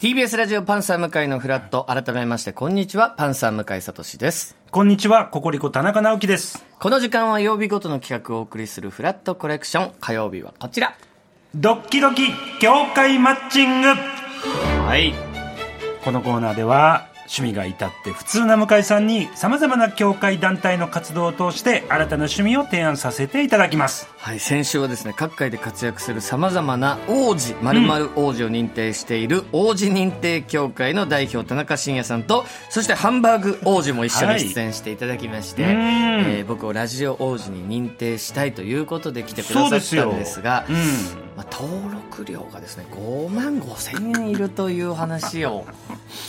TBS ラジオパンサー向井のフラット改めましてこんにちはパンサー向井聡ですこんにちは、ココリコ田中直樹です。この時間は曜日ごとの企画をお送りするフラットコレクション火曜日はこちらドッキドキ業界マッチングはいこのコーナーでは、趣味が至って普通な向井さんに、様々な業界団体の活動を通して、新たな趣味を提案させていただきます。はい、先週はですね各界で活躍するさまざまな王子まる王子を認定している王子認定協会の代表田中伸也さんとそしてハンバーグ王子も一緒はにい出演していただきまして、うんえー僕をラジオ王子に認定したいということで来てくださったんですがうん。まあ、登録料がですね5万5千円いるという話を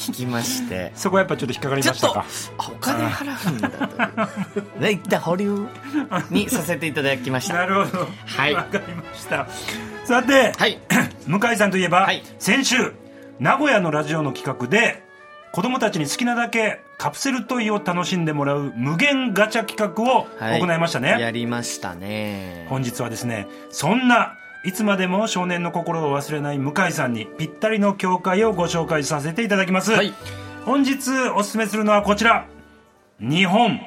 聞きまして。そこはやっ ぱちょっと引っかかりちょまっしたとかあお金払うんだ というね一旦保留にさせていただきましたなるほど。はいわかりました。さて、はい 向井さんといえば、はい先週名古屋のラジオの企画で子供たちに好きなだけカプセルトイを楽しんでもらう無限ガチャ企画をは行いましたね、やりましたね本日はですねそんないつまでも少年の心を忘れない向井さんにぴったりの教会をご紹介させていただきます、はい本日おすすめするのはこちら日本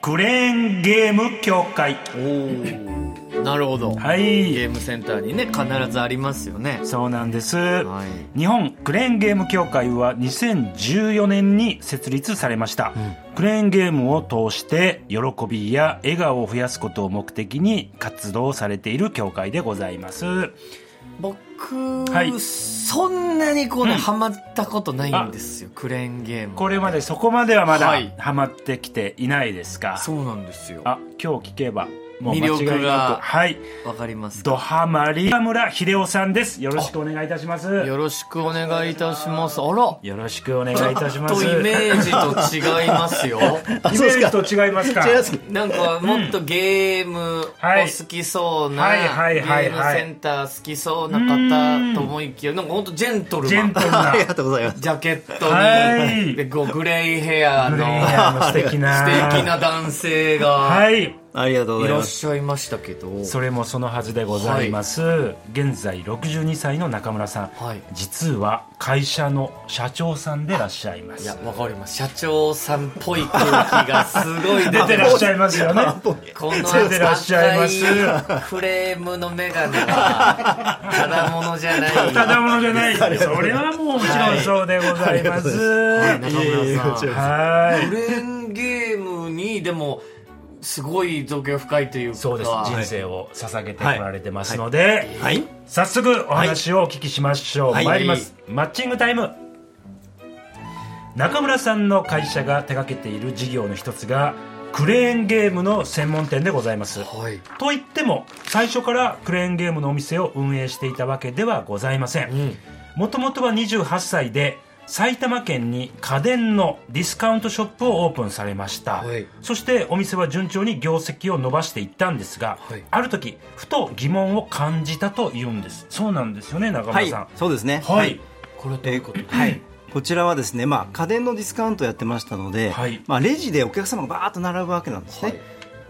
クレーンゲーム協会おおなるほど、はゲいームセンターにね必ずありますよねそうなんです、はい日本クレーンゲーム協会は2014年に設立されました、クレーンゲームを通して喜びや笑顔を増やすことを目的に活動されている協会でございます僕、はいそんなにこうね、ハマったことないんですよクレーンゲームこれまでそこまではまだはいハマってきていないですか、そうなんですよあ今日聞けばもう間違魅いな力くがはいわかりますドハマり田村秀夫さんですよろしくお願いいたします よろしくお願いいたします あらよろしくお願いいたしますとイメージと違いますよイメージと違いますか なんかもっとゲームをはい好きそうな、はいはいはいゲームはいセンター好きそうな方と思いきやなんか本当ジェントルジマェンントルながとうございます。ジャケットに、はいでこうグレイヘアのグレーンヘアの素敵な素敵な男性がはいありがとうごいざいらまっす。しゃいましたけどそれもそのはずでございます、現在62歳の中村さん、はい実は会社の社長さんでいらっしゃいまいすやわかります社長さんっぽい空気がすごい出出ててららっっししゃゃいいますよねこの出てらっしゃいます赤いフレームの眼鏡はただものじゃないただものじゃないそれはもうもちろんそうでございますはいは中村さんいクレーンゲームにでもすごい造形深いというかそうです人はい生を捧げてこられてますので、はい。早速お話をお聞きしましょう、はい参ります、マッチングタイム中村さんの会社が手掛けている事業の一つがクレーンゲームの専門店でございますはいといっても最初からクレーンゲームのお店を運営していたわけではございませんもともとは28歳で埼玉県に家電のディスカウントショップをオープンされました、はいそしてお店は順調に業績を伸ばしていったんですが、はいある時ふと疑問を感じたと言うんですそうなんですよね中は村いさん。そうですね。はい、これどういうことはい。こちらはですね、まあ、家電のディスカウントやってましたので、はいまあ、レジでお客様がバーッと並ぶわけなんですね、はい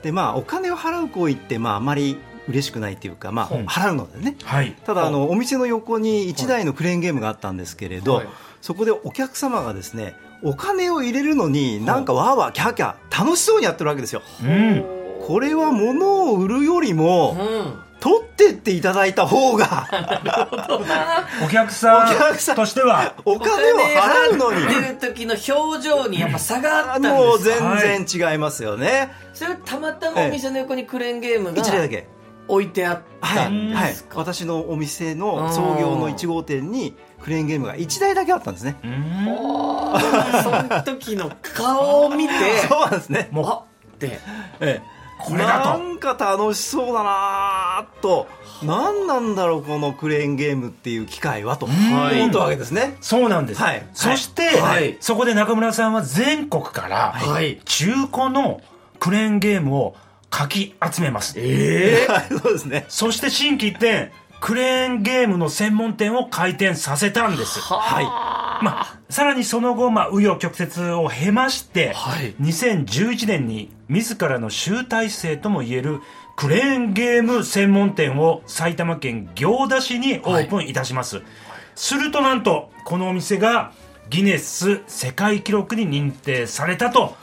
でまあお金を払う行為って、まあ、あまり嬉しくないというか、まあ、うん払うのでねはいただあのお店の横に1台のクレーンゲームがあったんですけれど、はいそこでお客様がですねお金を入れるのになんかわーわーキャーキャー楽しそうにやってるわけですようんこれは物を売るよりうもん取ってっていただいた方がお客さお客さんんとしてはお金を払うのにお金払ってる時の表情にやっぱ差があったんですかもう全然違いますよね、それはたまたまお店の横にクレーンゲーム一例だがけ置いてあ ったんはでいす、か、私のお店の創業の1号店にクレーンゲームが1台だけあったんですね。うんその時の顔を見てそうなんですね。もうあってええこれだとなんか楽しそうだなーと、なんなんだろうこのクレーンゲームっていう機会はと思はいったわけですね。そうなんです、はいそして、はいそこで中村さんは全国から、はい中古のクレーンゲームをかき集めます、えはいそうですね。そして新規一点クレーンゲームの専門店を開店させたんですはい。まあ、さらにその後、まあ、紆余曲折を経まして、はい2011年に自らの集大成ともいえるクレーンゲーム専門店を埼玉県行田市にオープンいたします、するとなんとこのお店がギネス世界記録に認定されたと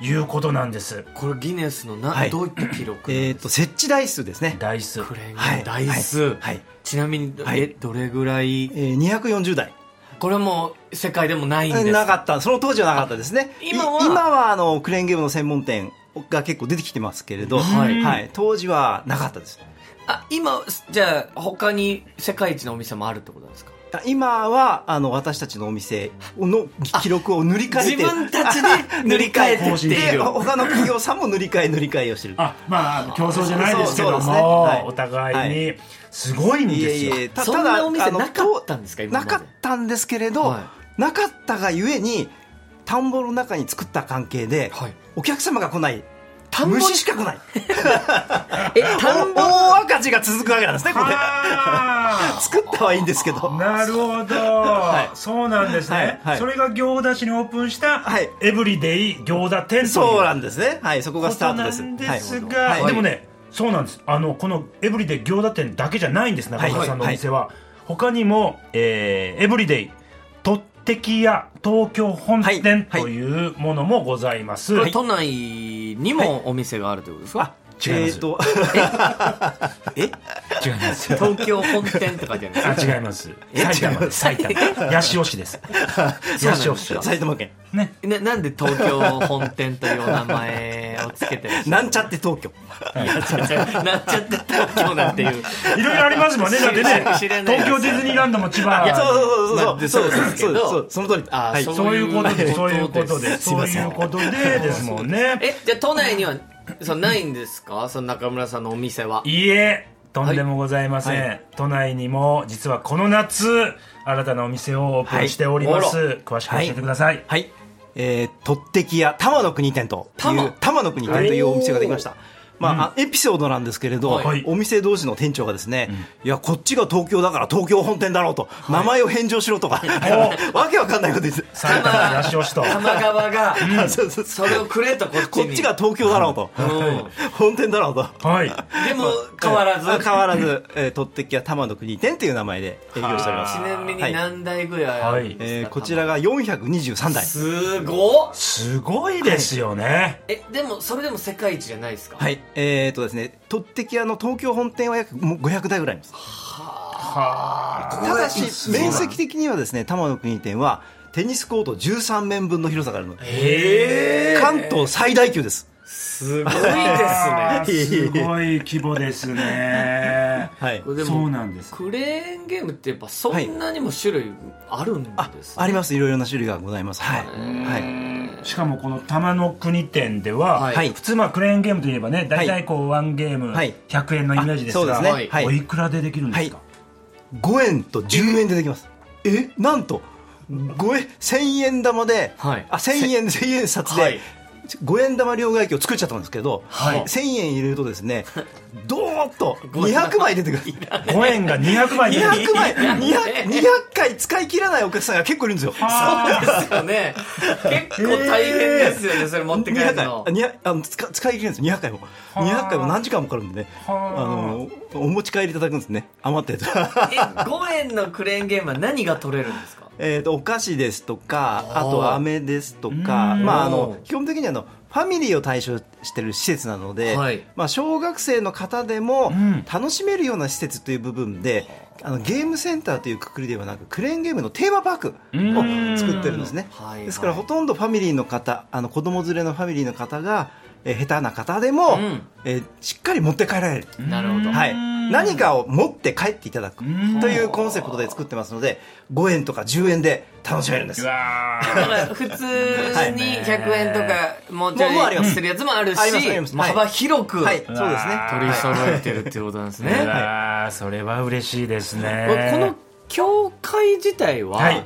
いうことなんですこれギネスのな、はいどういった記録えっ、と、設置台数ですね。ダイスクレーンゲはーいム台数、はいはいちなみにど,え、はいどれぐらいえー、240台。これもう世界でもないんですなかった。その当時はなかったですね。あ今はい今はあの、クレーンゲームの専門店が結構出てきてますけれど、はいはい。当時はなかったです。あ今じゃあ他に世界一のお店もあるってことですかあ今は、あの、私たちのお店の記録を塗り替えて。自分たち で塗り替えてっていでる他の企業さんも塗り替え塗り替えをしてるあまあ競争じゃないですけども、そうそうですねはいお互いにすごいんですよ、いえいえたそんたなだお店あのなかったんですか今まなでかったんですけれど、はなかったがゆえに田んぼの中に作った関係で、はいお客様が来ない田んぼに虫しか来ないえ田んぼ大赤字が続くわけなんですねこれあー作ったはいいんですけどなるほど、そうなんですね、はいはいそれが行田市にオープンした、はいエブリデイ行田店というそうなんですねはいそこがこスとタートなですんですが、はいはでいもねそうなんですあのこのエブリデイ行田店だけじゃないんです中村さんのお店は、他にも、えーエブリデイとってき屋東京本店はいというものもございます、都内にもお店があるということですか、違いますえーと違います東京本店とかじゃな いですかあ違います埼玉です埼玉八潮市ですそう八な潮んで市すでかす埼玉県ねななんで東京本店というお名前をつけてらっしゃるなんちゃって東京なっちゃって東京なんていういろいろありますもんね。だってね、東知らない京ディズニーランドも千葉。いやそうそうまそあうでそうそうそうですけそうどそうその通りですあーはいそうそういうことで、そそうういいううここととでで、すそういうことでですもんね。えじゃあ都内にはそのないんですかその中村さんのお店はいいえ、とんでもございません。は都内にも、実はこの夏、新たなお店をオープンしております。はい詳しく教えてください。はい。えー、とってき屋、玉の国店とい玉う、玉の国店というお店ができました。まあ、あエピソードなんですけれど、はいお店同士の店長がですね、いや、こっちが東京だから東京本店だろうと、名前を返上しろとか、 わけわかんないこと言って、埼玉の八潮 市と。多摩川がそうそうそそうれをくれとこっちこにっちが東京だろうと、う本店だろうと。はい。でも変わらず変わらず、えー、とってき屋玉の国店という名前で営業しておりますち。なみにはい何台ぐらいあるんですか、えーこちらが423台。すごっすごいですよね。えでもそれでも世界一じゃないですかはい。えー、とですね、とってき屋の東京本店は約500台ぐらいあります。はただし面積的にはですね玉の国店はテニスコート13面分の広さがあるのでええ関東最大級ですすごいですあねーすごい規模ですね。はいこれでもそうなんです。クレーンゲームってやっぱそんなにも種類あるんです、ねあありますいろいろな種類がございますはい、はい、しかもこの玉の国店では、はいはい普通まあクレーンゲームといえばね大体こうワンゲームはい100円のイメージですそうでが、すね、はいはいおいくらでできるんですか、 5円と10円でできますえなんと5円1000円玉で、はいあ1000円1000円札で、はい5円玉両替機を作っちゃったんですけど、はい1000円入れるとです ねどーっと200枚出てくる5円が200枚でできる200枚200 200回使い切らないお客さんが結構いるんですよあそうですよね結構大変ですよね、それ持って帰る200の回にあの使使い切れるんですよ200回もあ200回も何時間もかかるんでねあはのお持ち帰りいただくんですね余ったやつえ5円のクレーンゲームは何が取れるんですかえーとお菓子ですとかああーと飴ですとかうんまああおのー基本的にあのファミリーを対象してる施設なので、はいまあ、小学生の方でもん楽しめるような施設という部分で、あのゲームセンターというくくりではなくクレーンゲームのテーマパークを作ってるんですねうんはいはいですからほとんどファミリーの方あの子供連れのファミリーの方が、えー下手な方でも、うんえーしっかり持って帰られる、なるほどはい、うん何かを持って帰っていただくんというコンセプトで作ってますので5円とか10円で楽しめるんですうわーだから普通に100円とかもうちょもうありまいすするやつもあるしありますありますはい幅広くはい取そうですねりは揃えてるってことなんですね、うわーそれは嬉しいですねこの協会自体は、はい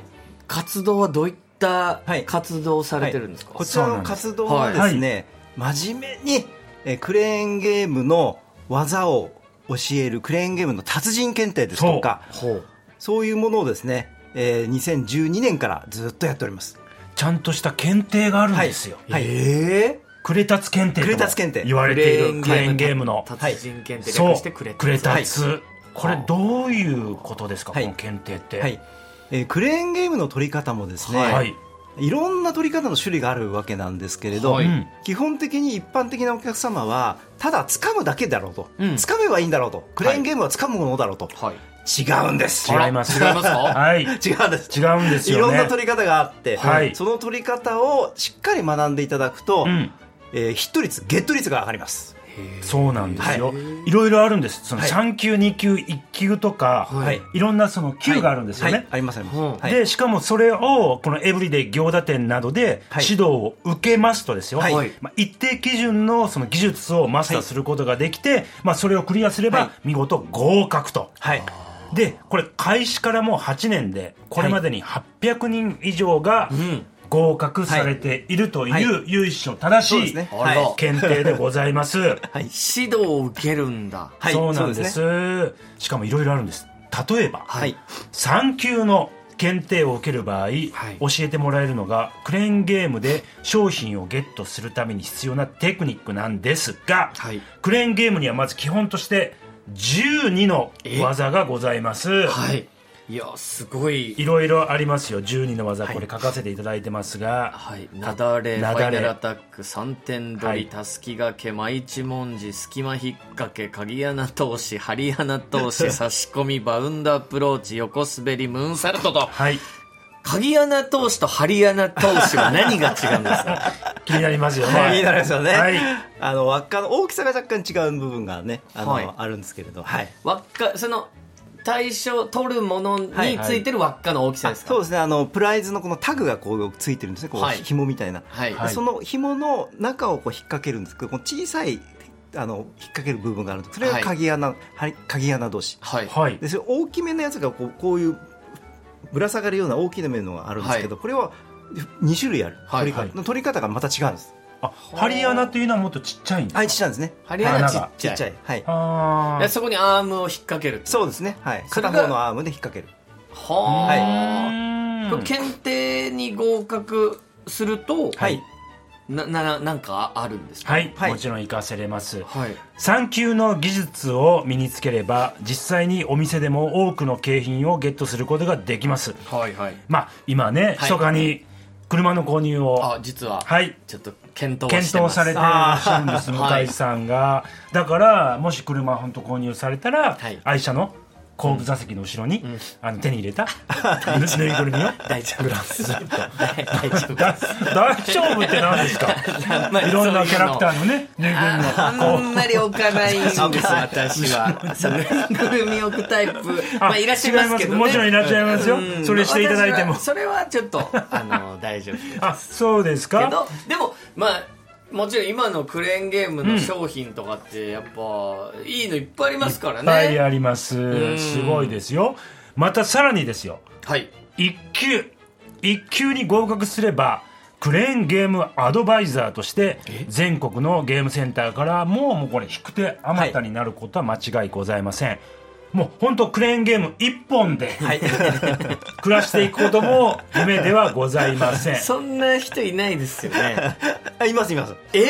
活動はどういったはい活動をさいれてるんですか、こちらの活動はですね、真面目に、えークレーンゲームの技を教えるクレーンゲームの達人検定ですとかほうそういうものをですね、えー2012年からずっとやっております。ちゃんとした検定があるんですよ、はい。えクレタツ検定ともクレタツ検定言われているクレーンゲームの達人検定そ略うしてくれクレタツ、これどういうことですか、はいこの検定って、はいえークレーンゲームの取り方もですね、はいい、ろんな取り方の種類があるわけなんですけれど、はいうん基本的に一般的なお客様はただ掴むだけだろうと、うん掴めばいいんだろうとクレーンゲームは掴むものだろうと、はい。違うんです違います違いますか はい、違違うんですうんですいよろねんな取り方があって、はいその取り方をしっかり学んでいただくと、うん、えーヒット率ゲット率が上がりますそうなんですよ、はいい、ろいろあるんですそのはい3級2級1級とか、はいい、ろんなその級があるんですよね、はいありますあります、うんはいでしかもそれをこのエブリデイ行田店などではい指導を受けますとですよ、はいまあ、一定基準のその技術をマスターすることができて、まあ、それをクリアすれはいば見事合格と、はいでこれ開始からもう8年でこれまでに800人以上がん合格されているとはいいう由緒正しいそうですねあらは検定でございます、 指導を受けるんだ。はいそうなんですそうですしかもいろいろあるんです例えば、はい3級の検定を受ける場合、教えてもらえるのがクレーンゲームで商品をゲットするために必要なテクニックなんですが、はいクレーンゲームにはまず基本として12の技がございます。はい。いや、すごい。いろいろありますよ12の技、これ書かせていただいてますが、はい。なだれ、フなァだイナれルアタック、三点取はり、いたすきがけ、舞一文字、隙間引っ掛け、鍵穴通し、針穴 通し、差し込み、バウンドアプローチ、横滑り、ムーンサルトと。はい、鍵穴通しと針穴通しは何が違うんです か気になりますよ ね。気になりますよね、はいあの輪っかの大きさが若干違う部分がねあの、はいあるんですけれど、はい、輪っか、その、対象、取るものについてる輪っかの大きさですか、そうですねあのプライズのこのタグがこうついてるんですねこう、はい紐みたいな、はい。はいでその紐の中をこう引っ掛けるんですけどこの小さいあの引っ掛ける部分があるんですそれが鍵穴、はい、鍵穴同士はい。はいでそれ大きめのやつがこうこういうぶら下がるような大きな面のがあるんですけど、これは2種類ある、は取いり方はいの取り方がまた違うんですあ針穴というのはもっとちっちゃいんですかあ一緒なんですね針穴はいちっちちゃっい。ちゃいはいあーでそこにアームを引っ掛ける。そうですねはいそれ片が方のアームで引っ掛けるはあ、うんこれ検定に合格すると、はいなななんかあるんですかはい、はいもちろん活かせれますはい3級の技術を身につければ実際にお店でも多くの景品をゲットすることができますはいはいまあ今ね、密かに車の購入をあ実は、はいちょっと検討はして検ま討すされてらっしゃるんですは向い井さんがだからもし車本当購入されたら、はい愛車の後部座席の後ろに、あの手に入れたぬぬいぐるみ を大丈夫です大だ大丈丈夫 夫って何 ですかいろんなキャラクターのねぬいぐるみああんまり置かないんですそうです私はそうぬいぐるみ置くタイプまあいらっしゃいますけ違いますど、ね、もちろんいらっしゃいますようんそれしていただいても私はそれはちょっとあの大丈夫ですあそうですけかどでもまあもちろん今のクレーンゲームの商品とかってやっぱいいのいっぱいありますからいっぱいねありますんすごいですよまたさらにですよはい1級1級に合格すればクレーンゲームアドバイザーとして全国のゲームセンターからもうもうこれ引く手あまたになることは間違いございません、もう本当クレーンゲーム1本ではい 暮らしていくことも夢ではございません そんな人いないですよねあいますいますえ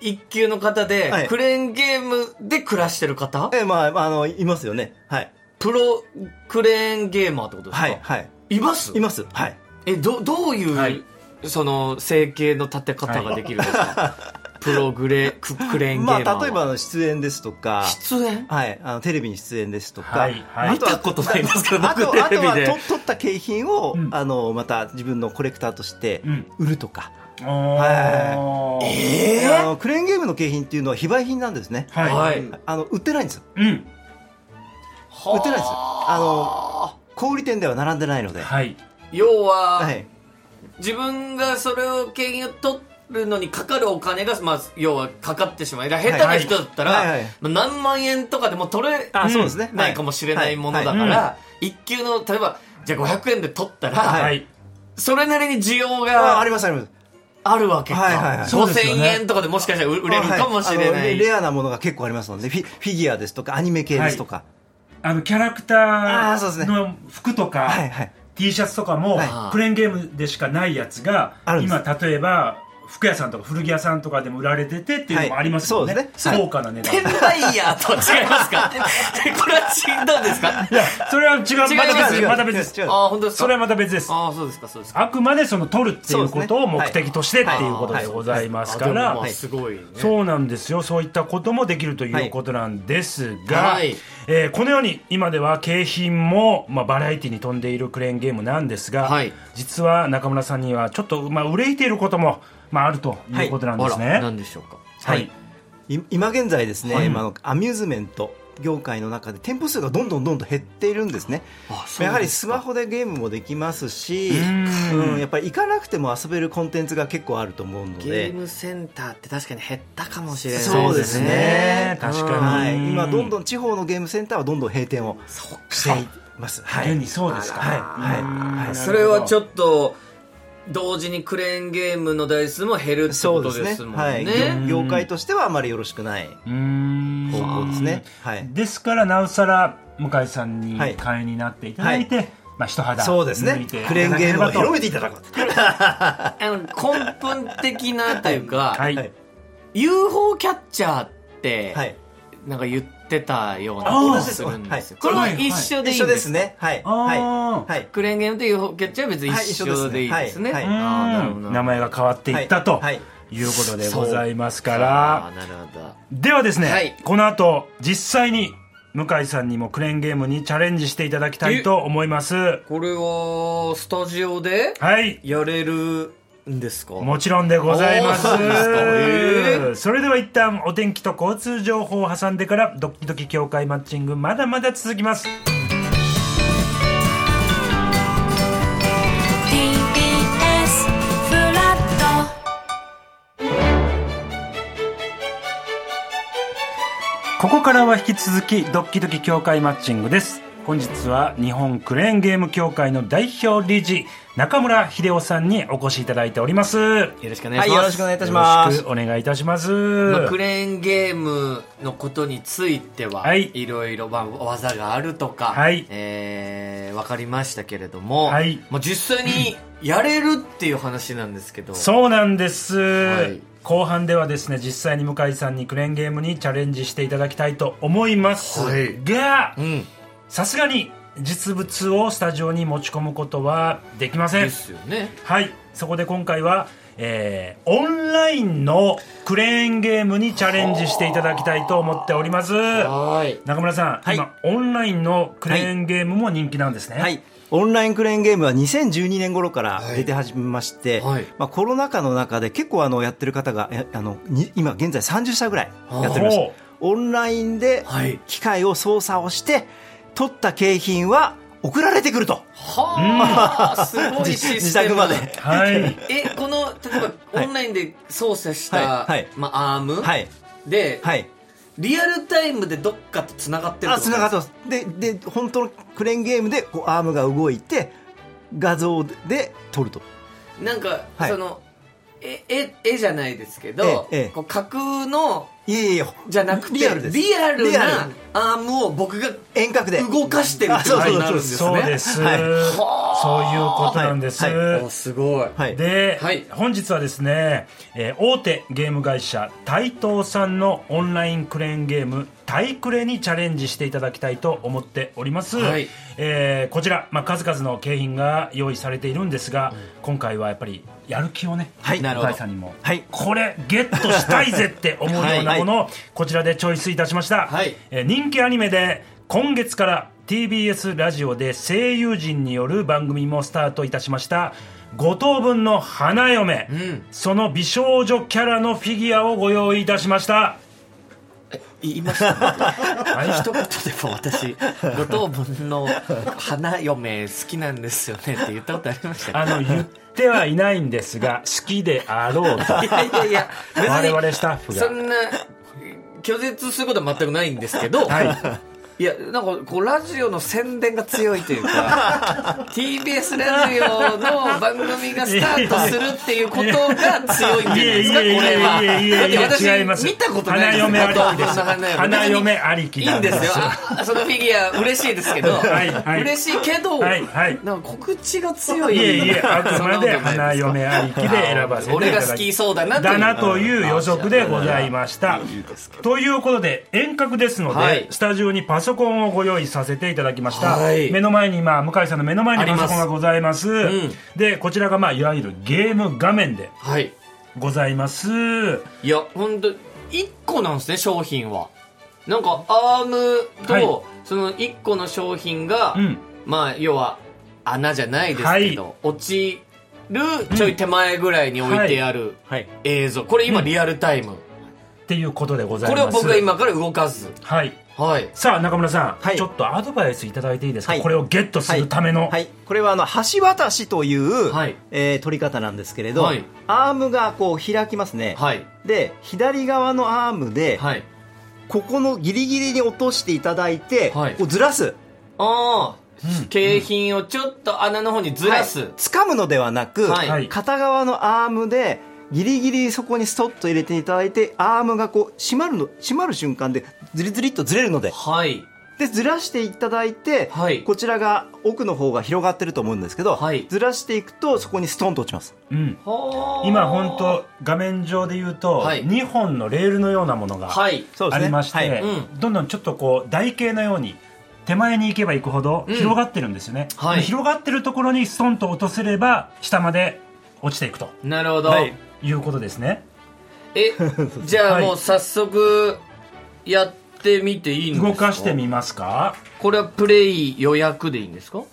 一級の方で、はいクレーンゲームで暮らしてる方えまあ、まあ、あのいますよねはいプロクレーンゲーマーってことですか、はいはいいますいますはいえどどういう、はいその整形の立て方ができるんですか、 プログレククレーンゲーまマあーは、例えばあの出演ですとか出演はい、あのテレビに出演ですとか、はいはい見たことないですけどあと僕テレビであとはと取った景品を、うんあのまた自分のコレクターとしてうん売るとか、おーはえあのクレーンゲームの景品っていうのは非売品なんですね、ー、は、はいい、あの売ってないんですようんは売ってないですよあ小売店では並んでないので、ははい要は、い、自分がそれを経験を取るのにかかるお金が、まあ、要はかかってしまうだから下手な人だったら、はいはいはいまあ何万円とかでも取れあそうですねなはいいかもしれないものだから、はいは一級の例えばじゃあ500円で取ったら、はいはいそれなりに需要ああがりますありますあるわけか、はいはいはいそうですよ5000ね円とかでもしかしたら売売れるかもしれあな、はいあのレアなものが結構ありますのでフィフィギュアですとかアニメ系ですとか、あのキャラクタあーそうでーすねの服とか、はいはい T シャツとかも、はいクレーンゲームでしかないやつがあるんです今例えば服屋さんとか古着屋さんとかでも売られててっていうのもありますよね,、はいそうですね高価な値段、ペンライヤーとは違いますか これは違うんですかいやそれは違う違いままたす別です違うまた別です違うああ、本当ですかそれはまた別ですああ、そうですか、そうですか。あくまでその取るっていうことをそうですね目はい的としてっていうことはいでございますかあでもら、まあすごいね。そうなんですよそういったこともできるということなんですが、はいはいえーこのように今では景品も、まあ、バラエティに富んでいるクレーンゲームなんですが、はい実は中村さんにはちょっと、まあ、憂いていることも、まあ、あるということなんあですら、ね。なんでしょうか。はいはいい今現在ですね、はいまああのアミューズメント業界の中で店舗数がどんどんどんどん減っているんですねあそうですかやはりスマホでゲームもできますしううんん、やっぱり行かなくても遊べるコンテンツが結構あると思うのゲでームセンターって確かに減ったかもしれないそうですね確かに、はい、うん今どんどん地方のゲームセンターはどんどん閉店をそうかしています、は現いにそうですか、あらはいはいはいそれはちょっっと、同時にクレーンゲームの台数も減るってそこうでとすでねすもんはね。いね業業界としてはあまりよろしくないとうん方向ですね、はい、ですからなおさら向井さんにはい会員になっていただいて、まあ、人肌そうです脱いねてクレーンゲームを広めいていただくあの根本的なというか、ただければとはい、はい UFO キャッチャーって、はいなんか言ってたようあな気ーがするんですよ。こ同れじですは一緒でいい一緒んでですすねはいあーはいはいクレーンゲームと UFO キャッチャーは別にはい一緒でいいですね。はい一緒ですねはいはいあーうんなるほどなるほど名前が変わっていったと、はいいうことでございますかあらーなるほど。ではですね、はいこの後実際に向井さんにもクレーンゲームにチャレンジしていただきたいと思いますこれは、スタジオではいやれるんですかもちろんでございます。おーそうですかへーそれでは一旦お天気と交通情報を挟んでからドッキドキ協会マッチングまだまだ続きます。 TBS フラットここからは引き続きドッキドキ協会マッチングです。本日は日本クレーンゲーム協会の代表理事中村秀夫さんにお越しいただいております。よよろしくお願はいしいます。よろしくお願いいたしまろすしくお願いいたします。まあクレーンゲームのことについては、はいい、ろいろ、まあ、技があるとか、はいえーわかりましたけれども、はいまあ、実際にやれるっていう話なんですけど、そうなんです、い後半ではですね実際に向井さんにクレーンゲームにチャレンジしていただきたいと思いますはいがうん、さすがに実物をスタジオに持ち込むことはできませでんすよね。はいそこで今回は、えーオンラインのクレーンゲームにチャレンジしていただきたいと思っておりますはい。中村さん、はい今オンラインのクレーンゲームも人気なんですね、はい、オンラインクレーンゲームは2012年頃から出て始めまして、はいはいまあ、コロナ禍の中で結構あのやってる方がえあのに今現在30社ぐらいやっておりますあーオンラインではい機械を操作をして取った景品は送られてくるとはあ、すごいシステム。自宅ま で、はいえ、この、例えば、はいオンラインで操作した、はいはいまあ、アーム、はいで、はい、リアルタイムでどっかと繋がってるあ繋がってる。ますでで本当のクレーンゲームでこうアームが動いて画像で撮るとなんか、はいその、え、え、絵じゃないですけど、ええええこう架空の、いえいえじゃなくて、リアルですリアルリアなアームを僕が遠隔で動かしてるってことあにそうなる そうそうんですそうで。す、ねはいそういうことなんです、はいはあすごい。はいで、はい本日はですね、えー大手ゲーム会社タイトーさんのオンラインクレーンゲーム「タイクレ」にチャレンジしていただきたいと思っております、はいえーこちら、まあ、数々の景品が用意されているんですが、今回はやっぱりやる気をね、はいなるほ向ど井さんにも、はいこれゲットしたいぜって思うようなものをこちらでチョイスいたしました、はいえー人気アニメで今月から TBS ラジオで声優陣による番組もスタートいたしました5等分の花嫁、んその美少女キャラのフィギュアをご用意いたしました言いま した、はい一言でも私、五等分の花嫁好きなんですよねって言ったことありましたあよ の言ってはいないんですが好きであろうといやいやいや、別に我々スタッフがそんな、拒絶することは全くないんですけど、はいい、いやなんかこうラジオの宣伝が強いという か TBS ラジオの番組がスタートするっていうことが強いんじゃないですかこいやれいやいやいやいやいやはだって違いま私す見たことない花嫁ありきです花嫁花嫁ありきいいなんんでですすよあそのフィギュア嬉しいですけど、はいはい嬉しいけど、はいはいなんか告知が強いいえいえ、あくそんなまことでないすか花嫁ありきで選ばせていただき俺が好きそうだなというだなという予測でございました。ということで、遠隔ですので、はいスタジオにパソコンをご用意させていただきました。はい目の前に今、向井さんの目の前にパソコンがございます。んで、こちらが、まあ、いわゆるゲーム画面ではいございます。いや本当一個なんですね商品はなんかアームと、はいその一個の商品が、うんまあ要は穴じゃないですけど、は落ちるちょい手前ぐらいに置いてあるはい映像これ今リアルタイム、っていうことでございこまれす。を僕が。今から動かすはい。はいさあ、中村さん、はいちょっとアドバイスいただいていいですか、はいこれをゲットするための。はい、これはあの橋渡しという、はいえー取り方なんですけれど、はいアームがこう開きますね、はいで左側のアームで、はいここのギリギリに落としていただいて、はいこうずらすああ、景品をちょっと穴の方にずらす、はい掴むのではなく、はいはい片側のアームでギリギリそこにストッと入れていただいてアームがこう締まるの締まる瞬間でズリズリっとずれるのではいでずらしていただいて、はいこちらが奥の方が広がってると思うんですけど、はいずらしていくとそこにストンと落ちますうん。はあ今本当画面上で言うと、はい2本のレールのようなものがはあいそうですねりまして、はいうんどんどんちょっとこう台形のように手前に行けば行くほどうん広がってるんですよね、はい広がってるところにストンと落とせれば下まで落ちていくとなるほど、はいいうことですねえじゃあはいもう早速やってみていいんですか動かしてみますかこれはプレイ予約でいいんですか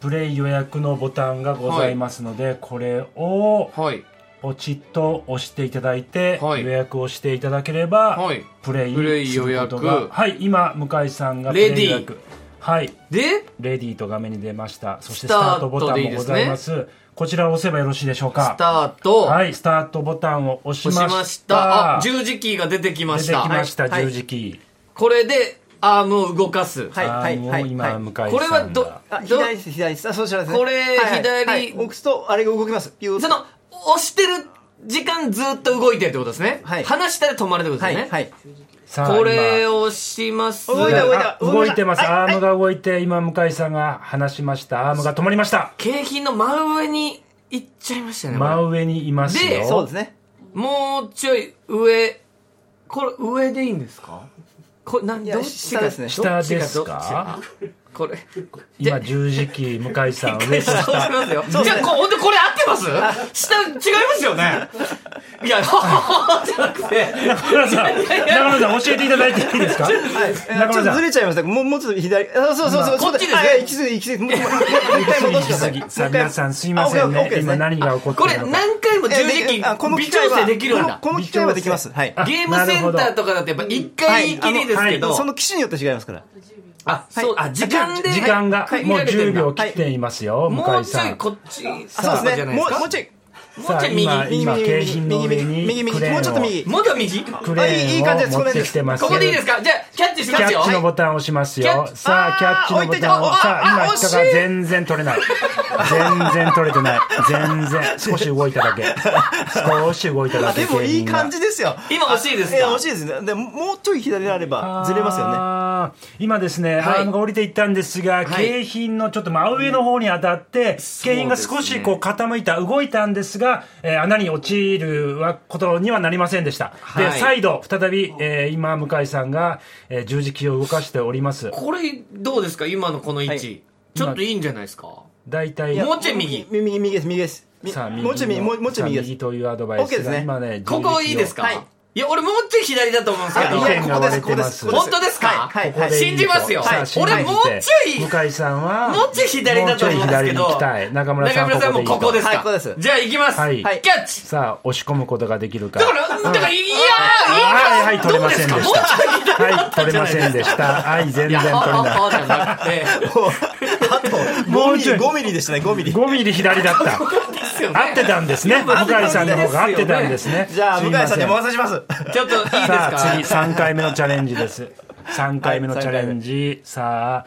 プレイ予約のボタンがございますので、これをはいポチッと押していただいて、はい予約をしていただければ、はいプレイプレイすること予が約はい今向井さんがプレレディーイ予約はいでレディーと画面に出ましたそしてススタターートトボボタタンンでいいもごですねざいますこちらを押せばよろしいでしょうスかタート、はいスタートボタンを押しました押しましたあ十字キーが出てきま出してたきました、はい十字キこれでアームを動かす、ー、はいはいアームはいを今はい向井さんが、これはどあど左です左ですあそうしたらですねこれはいはい左はい置くとあれが動きますピューッとその押してる時間ずっと動いてるってことですね、はい離したら止まるってことはでいすね、はいさあこれ今を押します動いた動いたあ動いてます、動いたアームが動いて今向井さんが話しましたアームが止まりました景品の真上に行っちゃいましたねこれ真上にいますよでそうですねもうちょい上これ上でいいんですかこれ何いやどっち下がですね下ですどっちがかこれ今十字キー向井さん上下下押しますよじゃあこ本当これ合ってます下違いますよねいや じゃなくて中村さん中村さん教えていただいていいですかはい、ちょっ中と村さずんれちゃいました。もう、もうちょっと左。あ、そうそうそう。こっちですねはいはい行き過ぎ、行き過ぎ。もう、もうもうもう一回戻してください。もう一さあ回皆さんすいませんあオッねケーオッケーです今何が起こってこるのれか何回もいや十字でキあこーの微機械調は整できるんだこのこの機械はできます。はい。あゲームセンターとかだとやっぱ一回きりですけはどいその機種によって違いますから。あそうあ時間で時間がはいもう見られて10んだ秒切っていますよ、も向う井ちょさいんこっちあそうですじゃね。ないでもすう、かもうちょい。もうちょい右さあ今右景品の上に右、右、クレーンをもうちょっと右。まだ右こクレあいいいい感じーでンすを持ってきてますよこでいいですかじゃあキャッチしキまャすよッチのはボタンを押しますキャッよチさあキャッチのボタンをあーさああ今ー人が全然取れない全然取れてない全然少し動いただけ少し動いただあ、けでもいい景品が感じですよ。今惜しいですかえー惜しいですね。でも、もうちょい左であれば、ずれますよね。よね今ですね、はいアームが降りていったんですが、はい景品のちょっと真上の方に当たって、景品がそう少ですねしこう傾いた、動いたんですが、えー穴に落ちるはことにはなりませんでした。はいで、再度、再び、えー今、向井さんが、えー十字キーを動かしております。これどうですか今のこの位置、はいちょっといいんじゃないですか大体、もうちょい右右、右、右です、右です。みさあ、右もうちょい右、もうもうちょい右さあです。というアドバイス OK ですがね今ね、ここいいですか、はいい、や俺もうちょい左だと思うんですけあどいや意見が割れてますここ本当ですかはい、はい、ここはでい。いい信じますよさあはい信じて俺もうちょい向井さんは、もうちょい左だと思うんですけもうちょい左に行どきたい。中村さん、中もここですか、はいここですじゃあ行きます、はいキャッチさあ、押し込むことができるか。だから、だからいやーいいはい、はい、か取れませんでした。はい、取れませんでした。はい、全い然や取れなああじゃなくてあと、も5うミちリ、ょい5ミリでしたね、5ミい。リ。 5ミリ左だった。ですよね合ってたんですね。向井さんの方が合ってたんですね。じゃあ、向井さんにお任せします。ちょっといいですかさあ、次、3回目のチャレンジです。 3回目のチャレンジ、さあ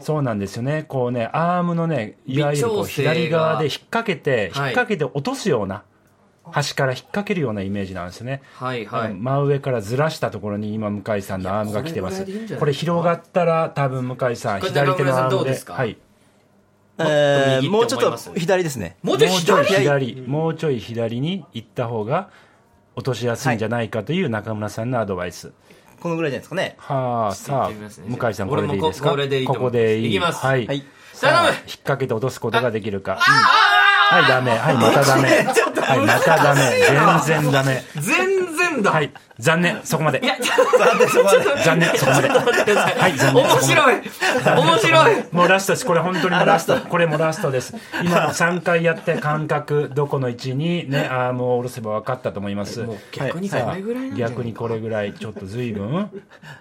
そうなんですよねこうねアームのねいわゆるこう微調整が左側で引っ掛けて引っはい掛けて落とすような、端から引っ掛けるようなイメージなんですよね、はいはいあの真上からずらしたところに今向井さんのアームが来てまいやすこれぐらいでいいんじゃないこれ広がったら多分向井さんこ左れ手のアー中村さんどムうでですかはい、えーももうっちとょっと右って思います左ですね。もうちょいもうちょい左左もうちょい左に行った方が落としやすいんじゃないかという中村さんのアドバイス、このぐらいじゃないですかね。はあ、ょっと行さあ、ってみますね向井さん、これでいいですか俺もここれでいいとこ思うこでいい。いきますはい。はいさあ頼引むっ掛けて落とすことができるか。うんはい、ダメ。はい、またダメ。 はい、またダメ。全然ダメ。全然だ、はい、残念。そこまで。残念そこまで。残念。そこまで。待ってくださいはい残念面 白い面白いもうラストです。これ本当にもうラスあト。ラスこれもラスト です。今3回やって感覚、どこの位置にね、アームを下ろせば分かったと思います。もう逆にこされあぐらいなんじゃない逆にこれぐらい、ちょっと随分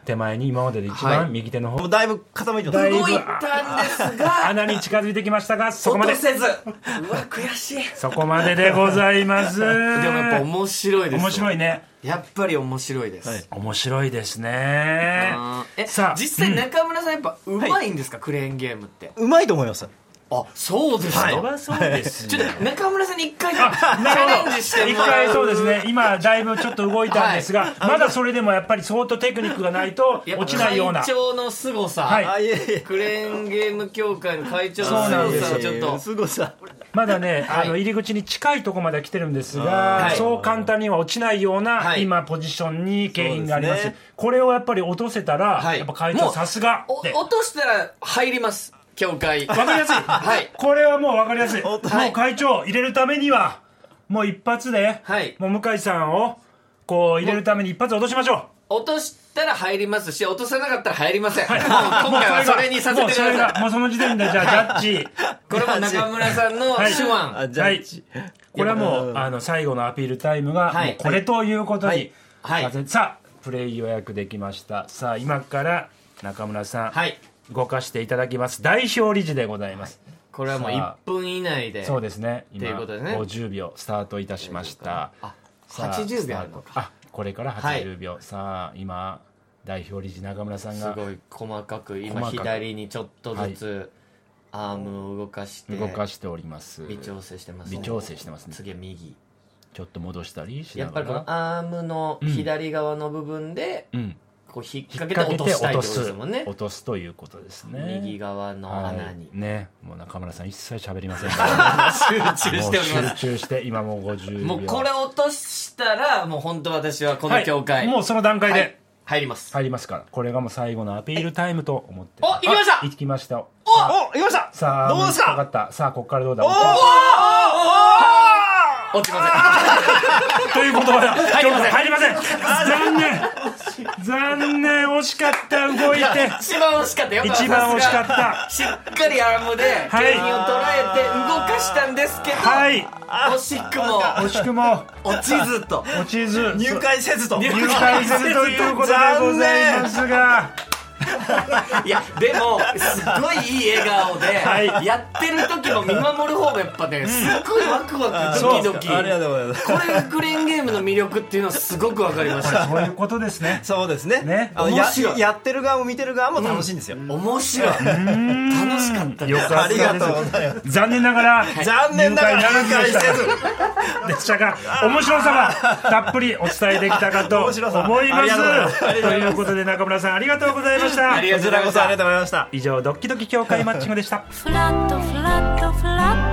手前に今までで一はい番右手の方もうだいぶ傾いてますだ。い動いたんですが穴に近づいてきましたが、そこま落でと。せずうわ悔しいでそこまででござい ます。でももやっぱ面白いです面白いね。やっぱり面白いです、はい面白いですねあー。えさあ、実際うん中村さんやっぱうまいんですか、クレーンゲームってうまいと思います。あそうですか、そりゃそうですよちょっと中村さんに一回チあなるほャレどンジして一もら回そうですね今だいぶちょっと動いたんですが、まだそれでもやっぱり相当テクニックがないとやっぱ落ちないような会長の凄さ、はいあ、いえいえ。クレーンゲーム協会の会長のそうなんで凄すさよをちょっとすごさ。まだね、はいあの入り口に近いところまで来てるんですが、はいそう簡単には落ちないような、はい今ポジションに牽引がありますそうですねこれをやっぱり落とせたら、はいやっぱ会も長うさすがおって落としたら入ります協会わかりやすい。はいこれはもうわかりやすい。もおっうと会長入れるためには、もう一発で、はいもう向井さんを、こう入れるために一発落としましょ落としたら入りますし落とさなかったら入りません、う。もう今回はそれにさせてくもうそれだがさいもうその時点で、じゃあジャッジ。これも中村さんの手腕、あ、じゃあ、はい。これはもう、あの、最後のアピールタイムが、はいもうこれということにはいはい。さあ、プレイ予約できました。さあ、今から中村さん、はい動かしていただきます。代表理事でございます。これはもう1分以内でそうですね。今ということでね50秒スタートいたしました。あさあ80秒あるのかあこれから80秒、さあ今代表理事中村さんすがごい細かく今細かく左にちょっとずつアームを動かして動かしております微調整してます微調整してますね次は右ちょっと戻したりしやなっぱがりこのらアームの左側の部分でうんこう引引っっ掛けて掛落けてとし落たいとってことですすもんね落とすということですね右側のはい穴にねもう中村さん一切喋りませんから、 集中しておりもうま集す中して今もう50秒もうこれ落としたらもう本当私はこの教は会い、もうその段階はでい入ります入りますから、これがもう最後のアピールタイムと思ってお行きましたあ行きましたお、行きましたさあどうです分かかったさあここからどうだ落ちませという言葉だ。入りません入りません。残念。残念。惜しかった。動いて。ん一番惜しかったよ一番惜しかった。しっかりアームで原はい因を捉えて動かしたんですけど、はい。惜しくも惜しくも落ちずと落ちず入会せずと。入会せずということでございますが、いやでもすごいいい笑顔で、はいやってる時も見守る方がやっぱねすごいワクワクドキドキこありがとうございます。れがクレーンゲームの魅力っていうのはすごく分かりましたそういうことですね。そうですね。ねあの面や白いやってる側も見てる側も楽しいんですよ。面白い楽しかったよですかあったでりがとうごす。ざいます。残念ながら、残念ながら入会入会ならずでせした ず。でしたが、面白さがたっぷりお伝えできたかと面白さ思いま。ありがとうございますすありということで中村さんありがとうございました。りがとうござこちらいましたこそありがとうございました。以上、ドッキドキ協会マッチングでした。フラットフラットフラット